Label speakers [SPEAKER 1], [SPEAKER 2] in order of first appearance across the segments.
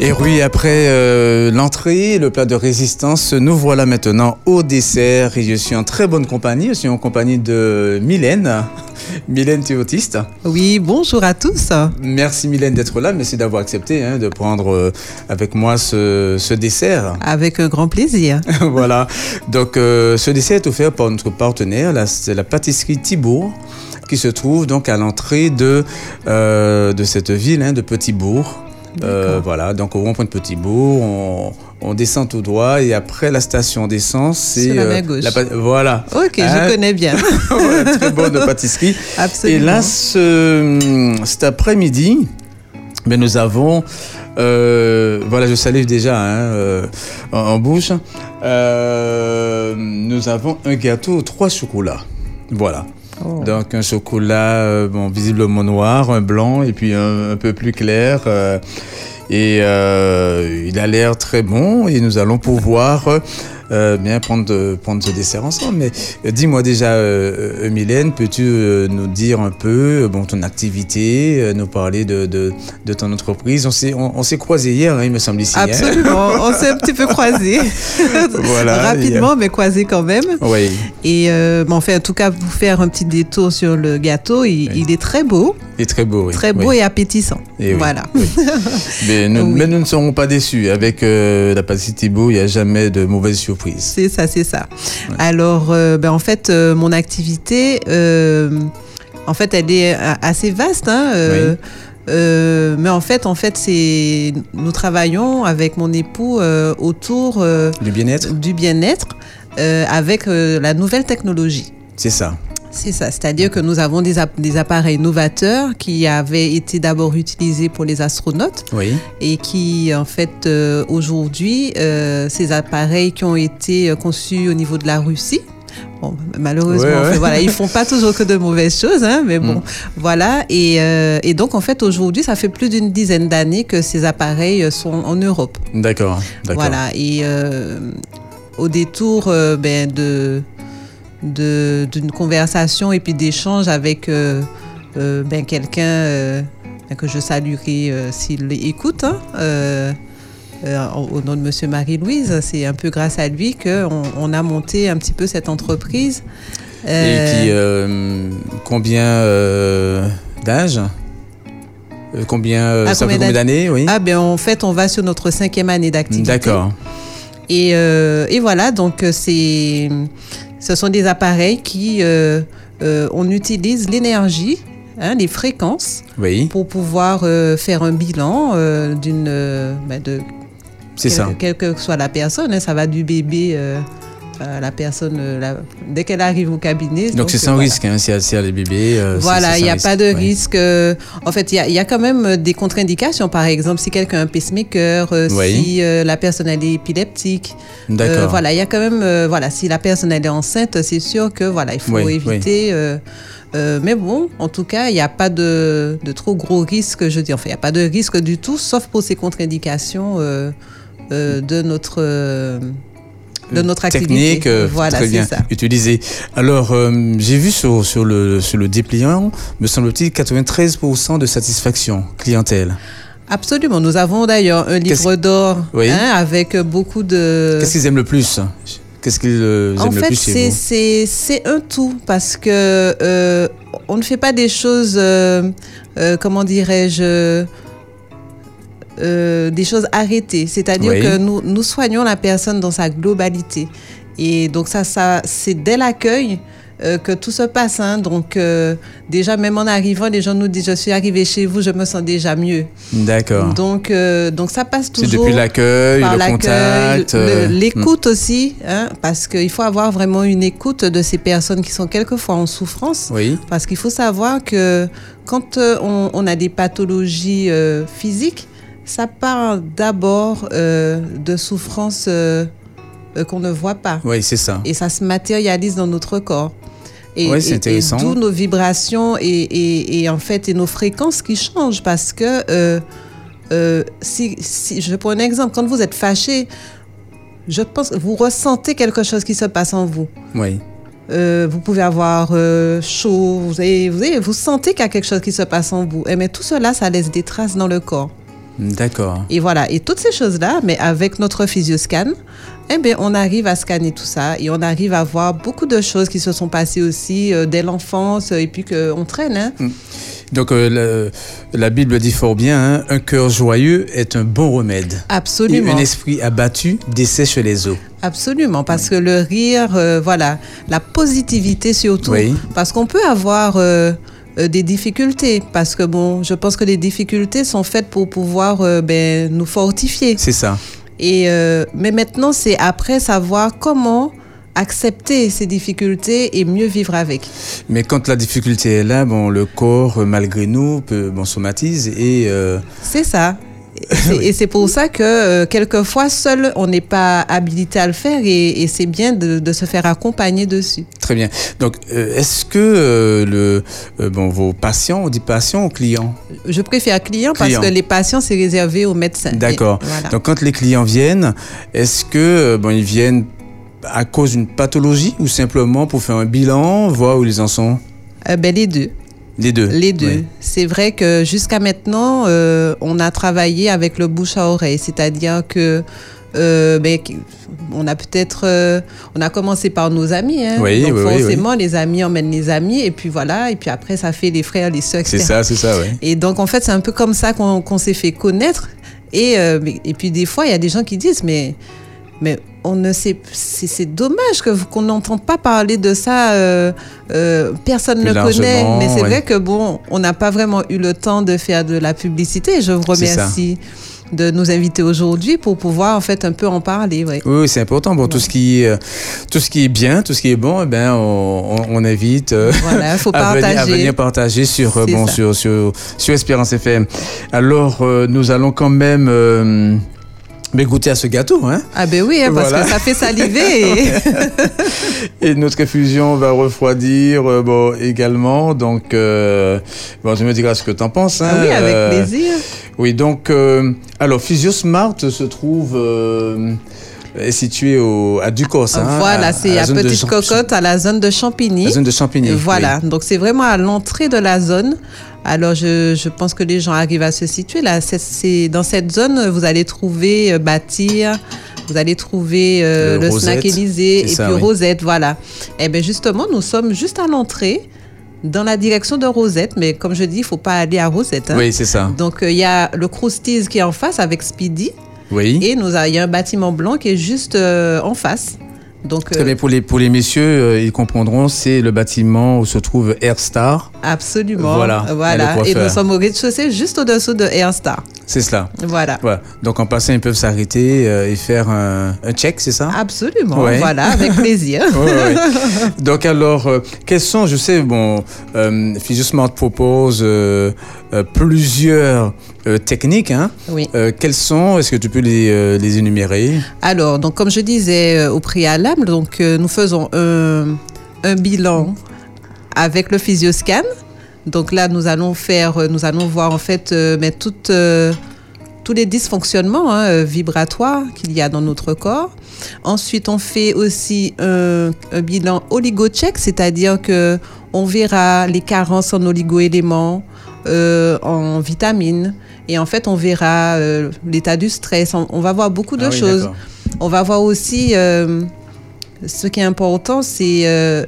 [SPEAKER 1] Et oui, après euh, l'entrée, le plat de résistance, nous voilà maintenant au dessert. Et je suis en très bonne compagnie. Je suis en compagnie de Mylène. Mylène, tu es autiste.
[SPEAKER 2] Oui, bonjour à tous.
[SPEAKER 1] Merci Mylène d'être là. Merci d'avoir accepté hein, de prendre euh, avec moi ce, ce dessert.
[SPEAKER 2] Avec euh, grand plaisir.
[SPEAKER 1] voilà. Donc, euh, ce dessert est offert par notre partenaire, la, c'est la pâtisserie Thibault, qui se trouve donc à l'entrée de, euh, de cette ville hein, de Petitbourg. Euh, voilà, donc au rond-point de Petitbourg, on, on descend tout droit et après la station d'essence, c'est. euh,
[SPEAKER 2] Sur la main gauche.
[SPEAKER 1] pa- voilà.
[SPEAKER 2] Ok,
[SPEAKER 1] Hein,
[SPEAKER 2] je connais bien.
[SPEAKER 1] voilà, très bonne pâtisserie.
[SPEAKER 2] Absolument.
[SPEAKER 1] Et là, ce- euh, cet après-midi, ben, nous avons, euh, voilà, je salive déjà hein, euh, en, en bouche, Euh, nous avons un gâteau aux trois chocolats. Voilà.
[SPEAKER 2] Oh.
[SPEAKER 1] Donc un chocolat, euh, bon, visiblement noir, un blanc et puis un, un peu plus clair. euh, et euh, il a l'air très bon et nous allons pouvoir euh, euh, bien prendre, euh, prendre ce dessert ensemble. Mais euh, dis-moi déjà, euh, euh, Mylène, peux-tu euh, nous dire un peu euh, bon, ton activité, euh, nous parler de, de, de ton entreprise On s'est, on, on s'est croisés hier, hein, il me semble, ici. hein.
[SPEAKER 2] Absolument, on s'est un petit peu croisés.
[SPEAKER 1] Voilà,
[SPEAKER 2] Rapidement, mais croisés quand même.
[SPEAKER 1] Oui,
[SPEAKER 2] Et euh, mais enfin, en tout cas, vous faire un petit détour sur le gâteau, il,
[SPEAKER 1] Oui.
[SPEAKER 2] il est très beau,
[SPEAKER 1] il est très beau. oui,
[SPEAKER 2] très
[SPEAKER 1] oui.
[SPEAKER 2] beau et appétissant.
[SPEAKER 1] Et oui.
[SPEAKER 2] Voilà.
[SPEAKER 1] Mais nous,
[SPEAKER 2] Oui.
[SPEAKER 1] mais nous ne serons pas déçus. Avec euh, la pâtisserie Thibault, il n'y a jamais de mauvaises surprises.
[SPEAKER 2] C'est ça, c'est ça. Alors, euh, ben, en fait, euh, mon activité, euh, en fait, elle est euh, assez vaste. hein, euh, euh, mais en fait, en fait, c'est nous travaillons avec mon époux euh, autour euh,
[SPEAKER 1] Le bien-être,
[SPEAKER 2] du bien-être euh, avec euh, la nouvelle technologie.
[SPEAKER 1] c'est ça.
[SPEAKER 2] C'est ça, c'est-à-dire que nous avons des, app- des appareils novateurs qui avaient été d'abord utilisés pour les astronautes
[SPEAKER 1] Oui.
[SPEAKER 2] et qui, en fait, euh, aujourd'hui, euh, ces appareils qui ont été euh, conçus au niveau de la Russie, bon, malheureusement,
[SPEAKER 1] Ouais, ouais.
[SPEAKER 2] enfin, voilà, ils font pas toujours que de mauvaises choses, hein, mais bon,
[SPEAKER 1] Mm.
[SPEAKER 2] voilà. Et, euh, et donc, en fait, aujourd'hui, ça fait plus d'une dizaine d'années que ces appareils euh, sont en Europe.
[SPEAKER 1] D'accord, d'accord.
[SPEAKER 2] Voilà, et euh, au détour euh, ben, de de- d'une conversation et puis d'échanges avec euh, euh, ben, quelqu'un euh, ben, que je saluerai euh, s'il écoute, hein, euh, euh, au au nom de Monsieur Marie-Louise, c'est un peu grâce à lui qu'on on a monté un petit peu cette entreprise.
[SPEAKER 1] Et
[SPEAKER 2] Euh,
[SPEAKER 1] qui, euh, combien euh, d'âge Euh, Combien, euh,
[SPEAKER 2] Ah,
[SPEAKER 1] ça
[SPEAKER 2] combien
[SPEAKER 1] fait combien d'années, oui
[SPEAKER 2] ah ben en fait on va sur notre cinquième année d'activité.
[SPEAKER 1] D'accord.
[SPEAKER 2] Et, euh, et voilà, donc euh, c'est, ce sont des appareils qui, euh, euh, on utilise l'énergie, hein, les fréquences,
[SPEAKER 1] Oui,
[SPEAKER 2] pour pouvoir euh, faire un bilan euh, d'une, euh, ben, de
[SPEAKER 1] c'est
[SPEAKER 2] quelle-
[SPEAKER 1] ça.
[SPEAKER 2] quelle que soit la personne, hein, ça va du bébé. euh, à la personne, euh, la- dès qu'elle arrive au cabinet.
[SPEAKER 1] Donc c'est
[SPEAKER 2] euh,
[SPEAKER 1] sans
[SPEAKER 2] voilà.
[SPEAKER 1] risque, hein, si elle- si elle est bébé. euh, c'est- c'est
[SPEAKER 2] Voilà,
[SPEAKER 1] sans
[SPEAKER 2] il n'y a
[SPEAKER 1] risque,
[SPEAKER 2] pas de
[SPEAKER 1] oui.
[SPEAKER 2] risque. euh, En fait, il y a, il y a quand même euh, des contre-indications. Par exemple, si quelqu'un a un pacemaker, euh,
[SPEAKER 1] Oui.
[SPEAKER 2] si euh, la personne elle est épileptique. Euh,
[SPEAKER 1] D'accord.
[SPEAKER 2] voilà, il y a quand même, euh, voilà, si la personne elle est enceinte, c'est sûr que voilà, il faut
[SPEAKER 1] Oui,
[SPEAKER 2] éviter. euh, euh, mais bon, en tout cas, il n'y a pas de, de trop gros risque, je dis. Enfin, il n'y a pas de risque du tout, sauf pour ces contre-indications euh, euh, de notre euh, de notre activité.
[SPEAKER 1] Technique, euh,
[SPEAKER 2] voilà,
[SPEAKER 1] très
[SPEAKER 2] c'est
[SPEAKER 1] bien
[SPEAKER 2] ça.
[SPEAKER 1] utilisée. Alors, euh, j'ai vu sur, sur, le, sur le dépliant, me semble-t-il, 93% de satisfaction clientèle.
[SPEAKER 2] Euh. Absolument. Nous avons d'ailleurs un
[SPEAKER 1] Qu'est-ce-
[SPEAKER 2] livre d'or
[SPEAKER 1] Oui.
[SPEAKER 2] hein, avec beaucoup de.
[SPEAKER 1] Qu'est-ce qu'ils aiment le plus Qu'est-ce qu'ils euh,
[SPEAKER 2] En
[SPEAKER 1] aiment le
[SPEAKER 2] fait,
[SPEAKER 1] plus chez
[SPEAKER 2] c'est-
[SPEAKER 1] vous
[SPEAKER 2] c'est c'est un tout parce que euh, on ne fait pas des choses, euh, euh, comment dirais-je, euh, des choses arrêtées. C'est-à-dire
[SPEAKER 1] Oui.
[SPEAKER 2] que nous, nous soignons la personne dans sa globalité. Et donc ça, ça c'est dès l'accueil. euh, que tout se passe. hein. Donc, euh, déjà, même en arrivant, les gens nous disent Je suis arrivée chez vous, je me sens déjà mieux.
[SPEAKER 1] D'accord.
[SPEAKER 2] Donc, euh, donc, ça passe
[SPEAKER 1] Ah. C'est
[SPEAKER 2] toujours.
[SPEAKER 1] depuis l'accueil,
[SPEAKER 2] Par
[SPEAKER 1] le
[SPEAKER 2] l'accueil,
[SPEAKER 1] contact.
[SPEAKER 2] le-
[SPEAKER 1] euh,
[SPEAKER 2] l'écoute aussi, hein, parce qu'il faut avoir vraiment une écoute de ces personnes qui sont quelquefois en souffrance.
[SPEAKER 1] hmm. Oui,
[SPEAKER 2] Parce qu'il faut savoir que quand euh, on, on a des pathologies euh, physiques, ça part d'abord euh, de souffrances euh, euh, qu'on ne voit pas.
[SPEAKER 1] oui c'est ça.
[SPEAKER 2] Et ça se matérialise dans notre corps. Et,
[SPEAKER 1] Ouais, c'est
[SPEAKER 2] et- et
[SPEAKER 1] intéressant.
[SPEAKER 2] d'où nos vibrations et, et- et en fait et nos fréquences qui changent parce que euh, euh, si, si je prends un exemple, quand vous êtes fâché, je pense que vous ressentez quelque chose qui se passe en vous.
[SPEAKER 1] Oui.
[SPEAKER 2] Euh, vous pouvez avoir euh, chaud, Eh vous, avez- vous, avez- vous sentez qu'il y a quelque chose qui se passe en vous. Et mais tout cela, ça laisse des traces dans le corps.
[SPEAKER 1] D'accord.
[SPEAKER 2] Et voilà, et toutes ces choses-là, mais avec notre physioscan, eh bien, on arrive à scanner tout ça et on arrive à voir beaucoup de choses qui se sont passées aussi euh, dès l'enfance et puis qu'on traîne. hein.
[SPEAKER 1] Mm. Donc euh, la, la Bible dit fort bien, hein, un cœur joyeux est un bon remède. Et
[SPEAKER 2] Absolument.
[SPEAKER 1] un esprit abattu dessèche les eaux.
[SPEAKER 2] Absolument, parce que le rire, euh, voilà, la positivité surtout,
[SPEAKER 1] Oui.
[SPEAKER 2] parce qu'on peut avoir euh, euh, des difficultés, parce que bon, je pense que les difficultés sont faites pour pouvoir euh, ben, nous fortifier.
[SPEAKER 1] C'est ça.
[SPEAKER 2] Et euh, mais maintenant, c'est après savoir comment accepter ces difficultés et mieux vivre avec.
[SPEAKER 1] Mais quand la difficulté est là, bon, le corps, euh, malgré nous, peut, bon, somatise et euh,
[SPEAKER 2] C'est ça. Et c'est-
[SPEAKER 1] Oui.
[SPEAKER 2] Et c'est pour ça que euh, quelquefois seul on n'est pas habilité à le faire et, et c'est bien de- de se faire accompagner dessus.
[SPEAKER 1] très bien. Donc, euh, est-ce que euh, le, euh, bon, vos patients, on dit patients ou clients
[SPEAKER 2] Je préfère client parce
[SPEAKER 1] Client.
[SPEAKER 2] que les patients, c'est réservé aux médecins.
[SPEAKER 1] D'accord.
[SPEAKER 2] Et voilà.
[SPEAKER 1] Donc, quand les clients viennent, est-ce que euh, bon, ils viennent à cause d'une pathologie ou simplement pour faire un bilan, voir où ils en sont
[SPEAKER 2] Euh, ben, les deux.
[SPEAKER 1] Les deux.
[SPEAKER 2] Les deux.
[SPEAKER 1] Oui.
[SPEAKER 2] C'est vrai que jusqu'à maintenant, euh, on a travaillé avec le bouche à oreille, c'est-à-dire que euh, ben, qu- on a peut-être, euh, on a commencé par nos amis, hein.
[SPEAKER 1] Oui,
[SPEAKER 2] donc
[SPEAKER 1] oui, oui,
[SPEAKER 2] forcément les amis emmènent les amis et puis voilà et puis après ça fait les frères, les sœurs,
[SPEAKER 1] C'est
[SPEAKER 2] etc.
[SPEAKER 1] ça, c'est ça, oui.
[SPEAKER 2] Et donc, en fait, c'est un peu comme ça qu'on qu'on s'est fait connaître. Et, euh, mais- et puis, des fois, il y a des gens qui disent, mais, mais on ne sait, c'est c'est dommage que vous- qu'on n'entende pas parler de ça. euh, euh, personne
[SPEAKER 1] Plus
[SPEAKER 2] ne connaît.
[SPEAKER 1] largement,
[SPEAKER 2] Mais c'est
[SPEAKER 1] ouais.
[SPEAKER 2] vrai que, bon, on n'a pas vraiment eu le temps de faire de la publicité. Je vous
[SPEAKER 1] C'est ça.
[SPEAKER 2] remercie de nous inviter aujourd'hui pour pouvoir, en fait, un peu en parler. ouais.
[SPEAKER 1] Oui, oui, c'est important. Bon, tout ce qui, est, euh, tout ce qui est bien, tout ce qui est bon, eh ben, on, on, on invite. euh,
[SPEAKER 2] Voilà, il faut
[SPEAKER 1] à
[SPEAKER 2] partager.
[SPEAKER 1] venir, à venir partager sur, euh,
[SPEAKER 2] C'est
[SPEAKER 1] bon,
[SPEAKER 2] ça.
[SPEAKER 1] sur, sur, sur Espérance FM. Alors, euh, nous allons quand même euh, mais goûter à ce gâteau. Hein?
[SPEAKER 2] Ah ben oui, hein, parce
[SPEAKER 1] Voilà.
[SPEAKER 2] que ça fait saliver. et-
[SPEAKER 1] Et notre fusion va refroidir euh, bon, également. Donc, euh, bon, tu me diras ce que tu en penses. Hein?
[SPEAKER 2] Ah oui, avec
[SPEAKER 1] Euh,
[SPEAKER 2] plaisir.
[SPEAKER 1] Oui, donc, euh, alors, Physiosmart se trouve. euh, est situé au, à Ducos. hein,
[SPEAKER 2] voilà,
[SPEAKER 1] à-
[SPEAKER 2] c'est
[SPEAKER 1] la
[SPEAKER 2] à
[SPEAKER 1] zone de
[SPEAKER 2] Petite
[SPEAKER 1] Champ-
[SPEAKER 2] Cocotte, à la zone de Champigny.
[SPEAKER 1] La zone de Champigny.
[SPEAKER 2] Voilà, donc c'est vraiment à l'entrée de la zone. Alors je, je pense que les gens arrivent à se situer là. C'est- C'est dans cette zone, vous allez trouver euh, bâtir. Vous allez trouver euh,
[SPEAKER 1] Le
[SPEAKER 2] le,
[SPEAKER 1] Rosette,
[SPEAKER 2] snack Élysée et
[SPEAKER 1] c'est ça,
[SPEAKER 2] puis
[SPEAKER 1] oui.
[SPEAKER 2] Rosette, voilà. Et bien justement, nous sommes juste à l'entrée, dans la direction de Rosette, mais comme je dis, il faut pas aller à Rosette. hein.
[SPEAKER 1] Oui, oui c'est ça.
[SPEAKER 2] Donc euh, il y a le Crousties qui est en face avec Speedy
[SPEAKER 1] Oui.
[SPEAKER 2] et nous a- il y a un bâtiment blanc qui est juste euh, en face. Donc
[SPEAKER 1] Très
[SPEAKER 2] euh,
[SPEAKER 1] bien, pour les, pour les messieurs, euh, ils comprendront, c'est le bâtiment où se trouve Airstar.
[SPEAKER 2] Absolument.
[SPEAKER 1] Voilà, elle est
[SPEAKER 2] voilà. Et
[SPEAKER 1] coiffeur.
[SPEAKER 2] nous sommes au rez-de-chaussée, juste au-dessous de Airstar.
[SPEAKER 1] C'est cela.
[SPEAKER 2] Voilà.
[SPEAKER 1] Voilà. Donc en passant, ils peuvent s'arrêter euh, et faire un, un check, c'est ça
[SPEAKER 2] Absolument.
[SPEAKER 1] Ouais.
[SPEAKER 2] Voilà, avec plaisir.
[SPEAKER 1] Ouais, ouais, ouais. Donc alors, euh, quels sont, je sais, bon, euh, Physiosmart propose euh, euh, plusieurs euh, techniques. Hein.
[SPEAKER 2] oui.
[SPEAKER 1] Euh, quelles sont Est-ce que tu peux les, euh, les énumérer
[SPEAKER 2] Alors, donc, comme je disais euh, au préalable, donc, euh, nous faisons euh, un bilan avec le physioscan. Donc là, nous allons faire, euh, nous allons voir en fait euh, mais toutes, euh, tous les dysfonctionnements hein, euh, vibratoires qu'il y a dans notre corps. Ensuite, on fait aussi un, un bilan oligo-check, c'est-à-dire que on verra les carences en oligo-éléments, euh, en vitamines, et en fait, on verra euh, l'état du stress. On, on va voir beaucoup de
[SPEAKER 1] Ah oui,
[SPEAKER 2] choses.
[SPEAKER 1] d'accord.
[SPEAKER 2] On va voir aussi euh, ce qui est important, c'est euh,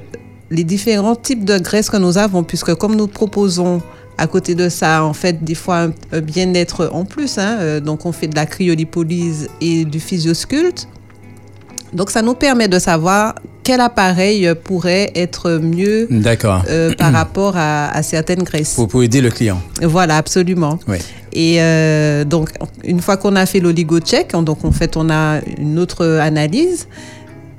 [SPEAKER 2] les différents types de graisses que nous avons, puisque comme nous proposons à côté de ça, en fait, des fois un, un bien-être en plus, hein, euh, donc on fait de la cryolipolyse et du physiosculpte. Donc ça nous permet de savoir quel appareil euh, pourrait être mieux
[SPEAKER 1] D'accord.
[SPEAKER 2] euh, par rapport à, à certaines graisses.
[SPEAKER 1] Pour, pour aider le client.
[SPEAKER 2] Voilà, absolument.
[SPEAKER 1] Oui.
[SPEAKER 2] Et euh, donc, une fois qu'on a fait l'oligo-check, on- donc en fait, on a une autre analyse.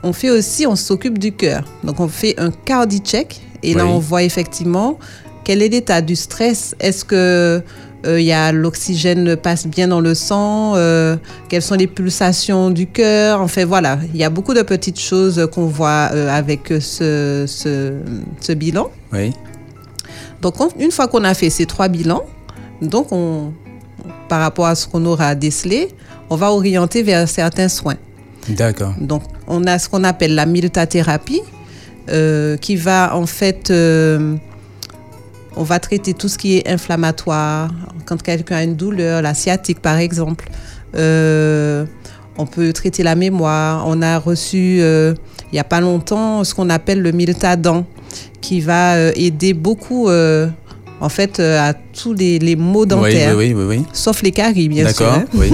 [SPEAKER 2] On fait aussi, on s'occupe du cœur. Donc, on fait un cardi-check. Et là,
[SPEAKER 1] Oui.
[SPEAKER 2] on voit effectivement quel est l'état du stress. Est-ce que euh, il y a l'oxygène passe bien dans le sang euh, Quelles sont les pulsations du cœur Enfin, voilà, il y a beaucoup de petites choses qu'on voit euh, avec ce, ce, ce bilan.
[SPEAKER 1] Oui.
[SPEAKER 2] Donc, on- une fois qu'on a fait ces trois bilans, donc on, par rapport à ce qu'on aura décelé, on va orienter vers certains soins.
[SPEAKER 1] D'accord.
[SPEAKER 2] Donc, on a ce qu'on appelle la miltathérapie, euh, qui va en fait euh, on va traiter tout ce qui est inflammatoire, quand quelqu'un a une douleur, la sciatique par exemple. Euh, on peut traiter la mémoire. On a reçu euh, il n'y a pas longtemps ce qu'on appelle le miltadan, qui va euh, aider beaucoup euh, en fait euh, à tous les, les maux dentaires,
[SPEAKER 1] Oui, oui, oui, oui. oui.
[SPEAKER 2] sauf les caries bien sûr.
[SPEAKER 1] D'accord,
[SPEAKER 2] hein.
[SPEAKER 1] oui.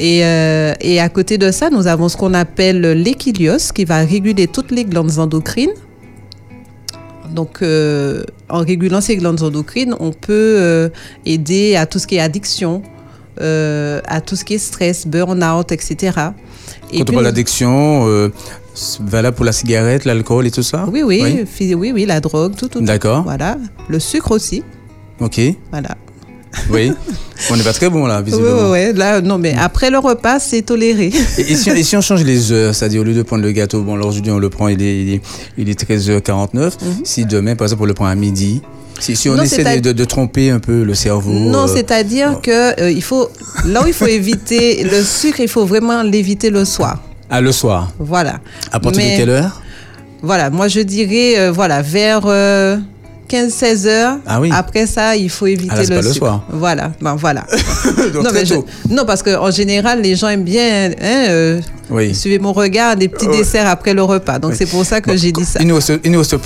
[SPEAKER 2] Et, euh, et à côté de ça, nous avons ce qu'on appelle l'équilios qui va réguler toutes les glandes endocrines. Donc, euh, en régulant ces glandes endocrines, on peut euh, aider à tout ce qui est addiction, euh, à tout ce qui est stress, burn-out, etc. Et
[SPEAKER 1] Quand on
[SPEAKER 2] puis,
[SPEAKER 1] parle d'addiction, euh, c'est valable pour la cigarette, l'alcool et tout ça
[SPEAKER 2] Ah oui, oui, oui, fi- oui, oui, la drogue, tout, tout, tout.
[SPEAKER 1] D'accord.
[SPEAKER 2] Voilà, le sucre aussi,
[SPEAKER 1] Ok,
[SPEAKER 2] voilà.
[SPEAKER 1] oui. on n'est pas très bon là,
[SPEAKER 2] Oui,
[SPEAKER 1] visiblement. Mm.
[SPEAKER 2] oui, oui. Là, non, mais après le repas, c'est toléré.
[SPEAKER 1] Et, et si, et si on change les heures, c'est-à-dire au lieu de prendre le gâteau, bon, l'aujourd'hui on le prend, il est, il est, il est 13h49. Si demain, par exemple, on le prend à midi, si, si on
[SPEAKER 2] Mhm. Non,
[SPEAKER 1] essaie
[SPEAKER 2] c'est à-
[SPEAKER 1] de, de- de tromper un peu le cerveau.
[SPEAKER 2] Non,
[SPEAKER 1] euh,
[SPEAKER 2] c'est-à-dire que euh, il faut là où il faut éviter le sucre, il faut vraiment l'éviter le soir.
[SPEAKER 1] à le soir.
[SPEAKER 2] Voilà.
[SPEAKER 1] À partir
[SPEAKER 2] Mais-
[SPEAKER 1] de quelle heure
[SPEAKER 2] Voilà, moi je dirais euh, voilà, vers 15-16 heures.
[SPEAKER 1] Ah oui.
[SPEAKER 2] Après ça, il faut éviter
[SPEAKER 1] Ah là, c'est
[SPEAKER 2] le
[SPEAKER 1] pas le
[SPEAKER 2] sucre.
[SPEAKER 1] soir.
[SPEAKER 2] Voilà, ben voilà.
[SPEAKER 1] Donc,
[SPEAKER 2] non,
[SPEAKER 1] très
[SPEAKER 2] mais je-
[SPEAKER 1] tôt.
[SPEAKER 2] non, parce qu'en général, les gens aiment bien, hein, euh,
[SPEAKER 1] Oui.
[SPEAKER 2] suivez mon regard, des petits desserts après le repas. Donc c'est pour ça que
[SPEAKER 1] Bon,
[SPEAKER 2] j'ai dit ça.
[SPEAKER 1] Il nous, reste, il nous reste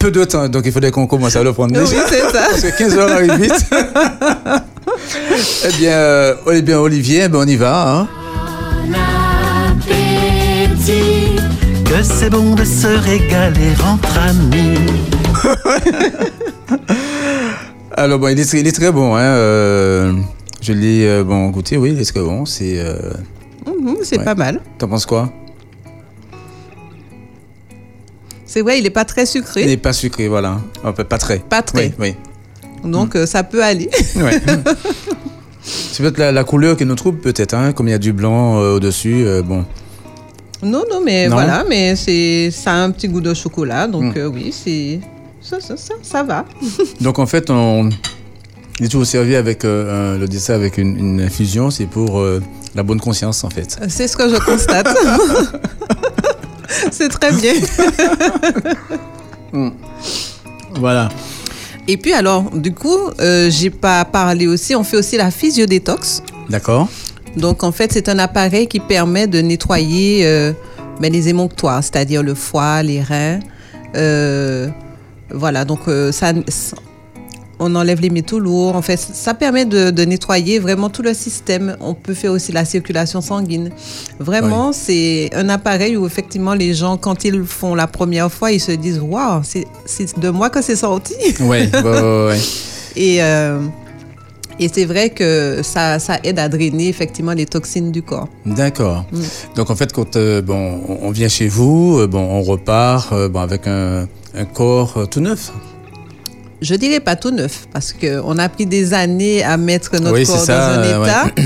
[SPEAKER 1] peu de temps, donc il faudrait qu'on commence à le prendre
[SPEAKER 2] Oui,
[SPEAKER 1] déjà.
[SPEAKER 2] c'est ça.
[SPEAKER 1] Parce que 15 heures arrive vite. eh, bien, euh, eh bien, Olivier, ben, on y va. hein.
[SPEAKER 3] Bon appétit.
[SPEAKER 4] Que c'est bon de se régaler entre amis.
[SPEAKER 1] Alors, bon, il est, il est très bon. Hein, euh, je l'ai euh, bon, goûté, oui, il est très bon. C'est, euh,
[SPEAKER 2] Mhm, c'est
[SPEAKER 1] Ouais.
[SPEAKER 2] pas mal.
[SPEAKER 1] T'en penses quoi
[SPEAKER 2] C'est vrai, il n'est pas très
[SPEAKER 1] Il
[SPEAKER 2] sucré.
[SPEAKER 1] n'est pas sucré, voilà. Ah, pas pas très.
[SPEAKER 2] Pas très.
[SPEAKER 1] Oui, Mm.
[SPEAKER 2] Donc euh, ça peut aller.
[SPEAKER 1] oui. Ouais. C'est peut-être la, la couleur qui nous trouble, peut-être, hein, comme il y a du blanc euh, au-dessus. euh, bon.
[SPEAKER 2] Non, non, mais
[SPEAKER 1] Non.
[SPEAKER 2] voilà, mais c'est ça a un petit goût de chocolat, donc euh, oui, c'est ça, ça, ça, ça va.
[SPEAKER 1] Donc en fait, on il est toujours servi avec euh, un- le dessert avec une, une infusion, c'est pour euh, la bonne conscience en fait.
[SPEAKER 2] C'est ce que je constate. c'est très bien.
[SPEAKER 1] Voilà.
[SPEAKER 2] Et puis alors, du coup, euh, j'ai pas parlé aussi. On fait aussi la physiodétox.
[SPEAKER 1] D'accord.
[SPEAKER 2] Donc en fait, c'est un appareil qui permet de nettoyer euh, ben, les émonctoires, c'est-à-dire le foie, les reins. Euh, voilà, donc euh, ça, on enlève les métaux lourds. En fait, ça permet de, de nettoyer vraiment tout le système. On peut faire aussi la circulation sanguine. Vraiment, c'est un appareil où effectivement les gens, quand ils le font la première fois, ils se disent waouh, c'est- c'est de moi que c'est sorti.
[SPEAKER 1] Ouais. ouais, ouais, ouais.
[SPEAKER 2] Et, euh, et c'est vrai que ça, ça aide à drainer effectivement les toxines du corps.
[SPEAKER 1] D'accord. Donc en fait, quand euh, bon, on on vient chez vous, euh, bon, on repart euh, bon, avec un, un corps euh, tout neuf.
[SPEAKER 2] Je dirais pas tout neuf, parce qu'on a pris des années à mettre notre
[SPEAKER 1] Oui, c'est
[SPEAKER 2] corps dans
[SPEAKER 1] ça,
[SPEAKER 2] un
[SPEAKER 1] euh, ouais.
[SPEAKER 2] état.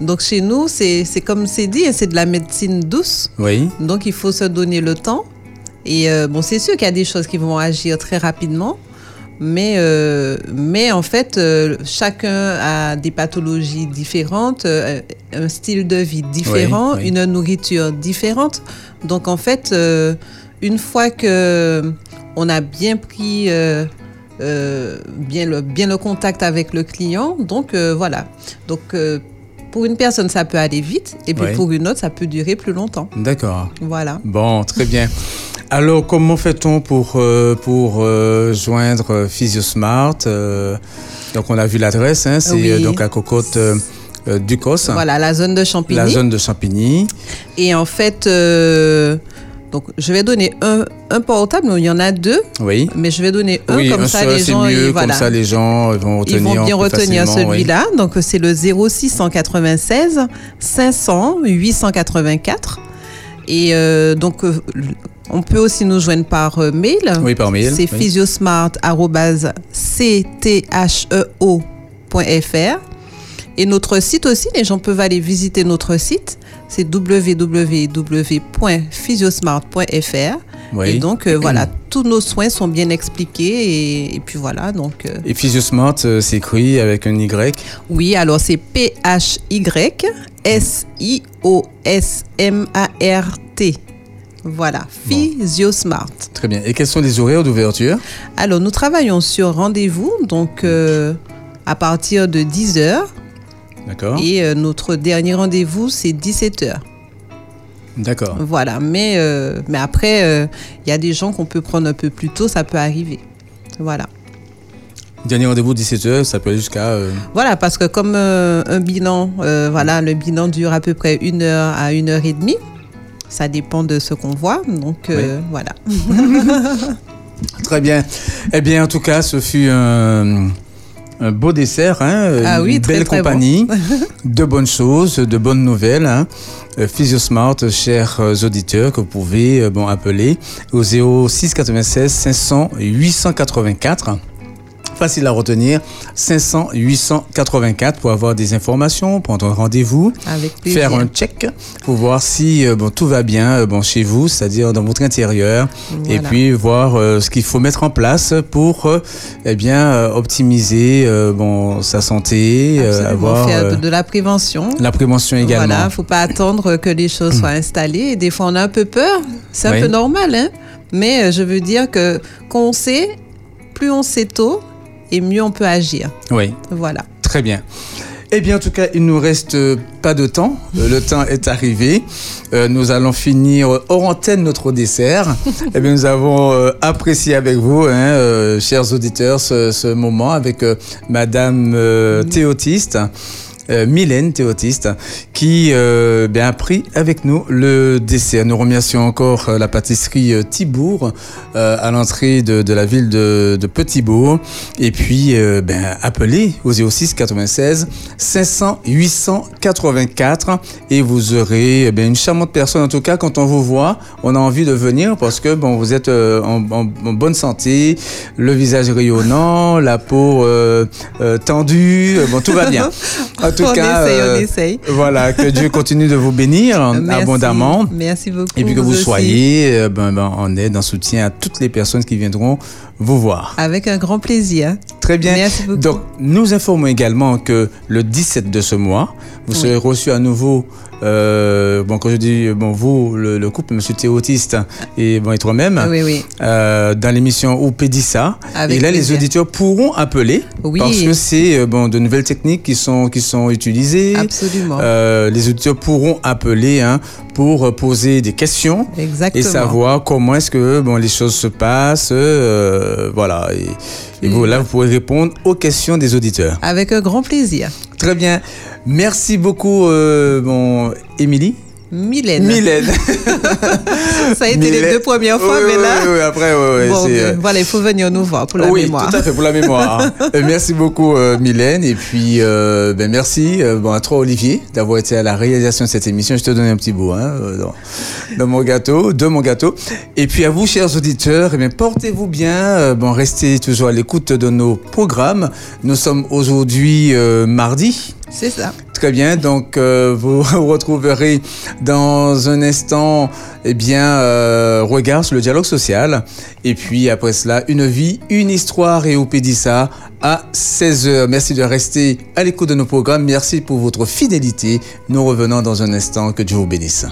[SPEAKER 2] Donc chez nous, c'est c'est comme c'est dit, hein, c'est de la médecine douce.
[SPEAKER 1] Oui.
[SPEAKER 2] Donc il faut se donner le temps. Et euh, bon, c'est sûr qu'il y a des choses qui vont agir très rapidement. Mais, euh, mais en fait, euh, chacun a des pathologies différentes, euh, un style de vie différent,
[SPEAKER 1] oui.
[SPEAKER 2] une nourriture différente. Donc en fait, euh, une fois que on a bien pris euh, euh, bien, le, bien le contact avec le client, donc euh, voilà. Donc euh, pour une personne, ça peut aller vite, et puis
[SPEAKER 1] Oui.
[SPEAKER 2] pour une autre, ça peut durer plus longtemps.
[SPEAKER 1] D'accord.
[SPEAKER 2] Voilà.
[SPEAKER 1] Bon, très bien. Alors, comment fait-on pour, euh, pour euh, joindre euh, Physiosmart euh, Donc, on a vu l'adresse, hein, c'est euh,
[SPEAKER 2] Oui.
[SPEAKER 1] donc à Cocotte du Cos,
[SPEAKER 2] Voilà, la zone de Champigny.
[SPEAKER 1] Ah. la zone de Champigny.
[SPEAKER 2] Et en fait, euh, donc je vais donner un, un portable, mais il y en a deux,
[SPEAKER 1] Oui.
[SPEAKER 2] mais je vais donner un
[SPEAKER 1] oui,
[SPEAKER 2] Hein, comme
[SPEAKER 1] un
[SPEAKER 2] ça
[SPEAKER 1] seul,
[SPEAKER 2] les
[SPEAKER 1] c'est
[SPEAKER 2] gens
[SPEAKER 1] mieux,
[SPEAKER 2] ils,
[SPEAKER 1] comme
[SPEAKER 2] voilà,
[SPEAKER 1] ça les gens vont
[SPEAKER 2] ils
[SPEAKER 1] retenir.
[SPEAKER 2] vont bien
[SPEAKER 1] plus
[SPEAKER 2] retenir
[SPEAKER 1] facilement, oui.
[SPEAKER 2] celui-là. Donc c'est le 0696 500 884. Et euh, donc euh, on peut aussi nous joindre par euh, mail.
[SPEAKER 1] Oui, par mail.
[SPEAKER 2] C'est
[SPEAKER 1] oui.
[SPEAKER 2] physiosmart.ctheo.fr. Et notre site aussi, les gens peuvent aller visiter notre site. C'est www.physiosmart.fr.
[SPEAKER 1] Oui.
[SPEAKER 2] Et donc, euh, voilà, tous nos soins sont bien expliqués. Et, et puis voilà, donc, euh,
[SPEAKER 1] Et Physiosmart euh, s'écrit avec un Y.
[SPEAKER 2] oui, alors c'est P-H-Y-S-I-O-S-M-A-R-T. Voilà, PhysioSmart.
[SPEAKER 1] Très bien. Et quels sont les horaires d'ouverture
[SPEAKER 2] Alors, nous travaillons sur rendez-vous, donc euh, à partir de 10h.
[SPEAKER 1] D'accord.
[SPEAKER 2] Et euh, notre dernier rendez-vous, c'est 17h.
[SPEAKER 1] D'accord.
[SPEAKER 2] Voilà, mais, euh, mais après, euh, il y a des gens qu'on peut prendre un peu plus tôt, ça peut arriver. Voilà.
[SPEAKER 1] Dernier rendez-vous 17h, ça peut aller jusqu'à... euh,
[SPEAKER 2] Voilà, parce que comme euh, un bilan, euh, voilà, le bilan dure à peu près une heure à une heure et demie. Ça dépend de ce qu'on voit. Donc euh, voilà.
[SPEAKER 1] Très bien. Eh bien, en tout cas, ce fut un, un beau dessert. Hein,
[SPEAKER 2] Ah
[SPEAKER 1] une
[SPEAKER 2] oui, très,
[SPEAKER 1] belle
[SPEAKER 2] très bon.
[SPEAKER 1] compagnie, de bonnes choses, de bonnes nouvelles. Hein. Euh, PhysioSmart, chers euh, auditeurs, que vous pouvez euh, bon, appeler au 06 96 500 884. Facile à retenir, 500 884 pour avoir des informations, prendre un rendez-vous
[SPEAKER 2] Avec plaisir.
[SPEAKER 1] faire un check pour voir si euh, bon, tout va bien euh, bon, chez vous, c'est-à-dire dans votre intérieur,
[SPEAKER 2] Voilà.
[SPEAKER 1] et puis voir euh, ce qu'il faut mettre en place pour euh, eh bien, euh, optimiser euh, bon, sa santé, euh,
[SPEAKER 2] Absolument,
[SPEAKER 1] avoir
[SPEAKER 2] faire de,
[SPEAKER 1] euh,
[SPEAKER 2] de la prévention.
[SPEAKER 1] la prévention également. Hmm.
[SPEAKER 2] Voilà, faut pas attendre que les choses soient installées. Et des fois, on a un peu peur. C'est un
[SPEAKER 1] Oui.
[SPEAKER 2] peu normal, hein. Mais euh, je veux dire que quand on sait, plus on sait tôt, et mieux on peut agir.
[SPEAKER 1] Oui,
[SPEAKER 2] Voilà.
[SPEAKER 1] très bien. Eh bien, en tout cas, il nous reste euh, pas de temps. Euh, Le temps est arrivé. Euh, nous allons finir hors antenne notre dessert. eh bien, nous avons euh, apprécié avec vous, hein, euh, chers auditeurs, ce, ce moment avec euh, Madame euh, Théotiste. euh, Mylène Théotiste, qui euh, ben, a pris avec nous le dessert. Nous remercions encore euh, la pâtisserie euh, Thibourg euh, à l'entrée de, de la ville de, de Petitbourg. Et puis, euh, ben, appelez au 06 96 500 884 et vous aurez eh ben, une charmante personne. En tout cas, quand on vous voit, on a envie de venir parce que bon, vous êtes euh, en, en- en bonne santé, le visage rayonnant, la peau euh, euh, tendue. Bon, tout va bien. En tout
[SPEAKER 2] on
[SPEAKER 1] cas,
[SPEAKER 2] essaye,
[SPEAKER 1] euh,
[SPEAKER 2] on essaye.
[SPEAKER 1] voilà, que Dieu continue de vous bénir
[SPEAKER 2] Merci.
[SPEAKER 1] abondamment.
[SPEAKER 2] Merci beaucoup.
[SPEAKER 1] Et puis que vous,
[SPEAKER 2] aussi.
[SPEAKER 1] soyez euh, ben, ben, en aide, en soutien à toutes les personnes qui viendront vous voir.
[SPEAKER 2] Avec un grand plaisir.
[SPEAKER 1] Très bien.
[SPEAKER 2] Merci beaucoup.
[SPEAKER 1] Donc, nous informons également que le 17 de ce mois, vous
[SPEAKER 2] Oui.
[SPEAKER 1] serez reçu à nouveau, euh, bon, quand je dis, euh, bon, vous, le, le couple, monsieur Théotiste et, bon, et toi-même,
[SPEAKER 2] Oui, oui.
[SPEAKER 1] euh, dans l'émission Oupédissa.
[SPEAKER 2] Avec
[SPEAKER 1] Et là, les
[SPEAKER 2] plaisir.
[SPEAKER 1] auditeurs pourront appeler
[SPEAKER 2] Oui.
[SPEAKER 1] parce que c'est euh, bon, de nouvelles techniques qui sont, qui sont utilisées.
[SPEAKER 2] Absolument.
[SPEAKER 1] Euh, les auditeurs pourront appeler hein, pour euh, poser des questions
[SPEAKER 2] Exactement.
[SPEAKER 1] et savoir comment est-ce que bon, les choses se passent. euh, voilà. Et, et vous, là, vous pouvez répondre aux questions des auditeurs.
[SPEAKER 2] Avec un grand plaisir.
[SPEAKER 1] Très bien. Merci beaucoup, euh, bon, Émilie.
[SPEAKER 2] Mylène.
[SPEAKER 1] Mylène.
[SPEAKER 2] Ça a été les
[SPEAKER 1] Mylène.
[SPEAKER 2] deux premières fois,
[SPEAKER 1] Oui,
[SPEAKER 2] mais
[SPEAKER 1] oui,
[SPEAKER 2] là.
[SPEAKER 1] oui, oui, après, oui, oui,
[SPEAKER 2] bon,
[SPEAKER 1] c'est,
[SPEAKER 2] ben,
[SPEAKER 1] euh,
[SPEAKER 2] voilà, il faut venir nous voir pour la
[SPEAKER 1] oui,
[SPEAKER 2] mémoire.
[SPEAKER 1] tout à fait, pour la mémoire. Euh, merci beaucoup, euh, Mylène. Et puis, euh, ben, merci euh, bon, à toi, Olivier, d'avoir été à la réalisation de cette émission. Je te donne un petit bout hein, euh, dans, dans mon gâteau, de mon gâteau. Et puis, à vous, chers auditeurs, eh bien, portez-vous bien. euh, bon, restez toujours à l'écoute de nos programmes. Nous sommes aujourd'hui euh, mardi.
[SPEAKER 2] C'est ça.
[SPEAKER 1] Très bien, donc euh, vous retrouverez dans un instant, eh bien, euh, regard sur le dialogue social. Et puis après cela, une vie, une histoire et au Pédissa à 16h. Merci de rester à l'écoute de nos programmes. Merci pour votre fidélité. Nous revenons dans un instant. Que Dieu vous bénisse.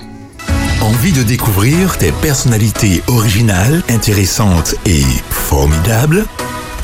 [SPEAKER 3] Envie de découvrir des personnalités originales, intéressantes et formidables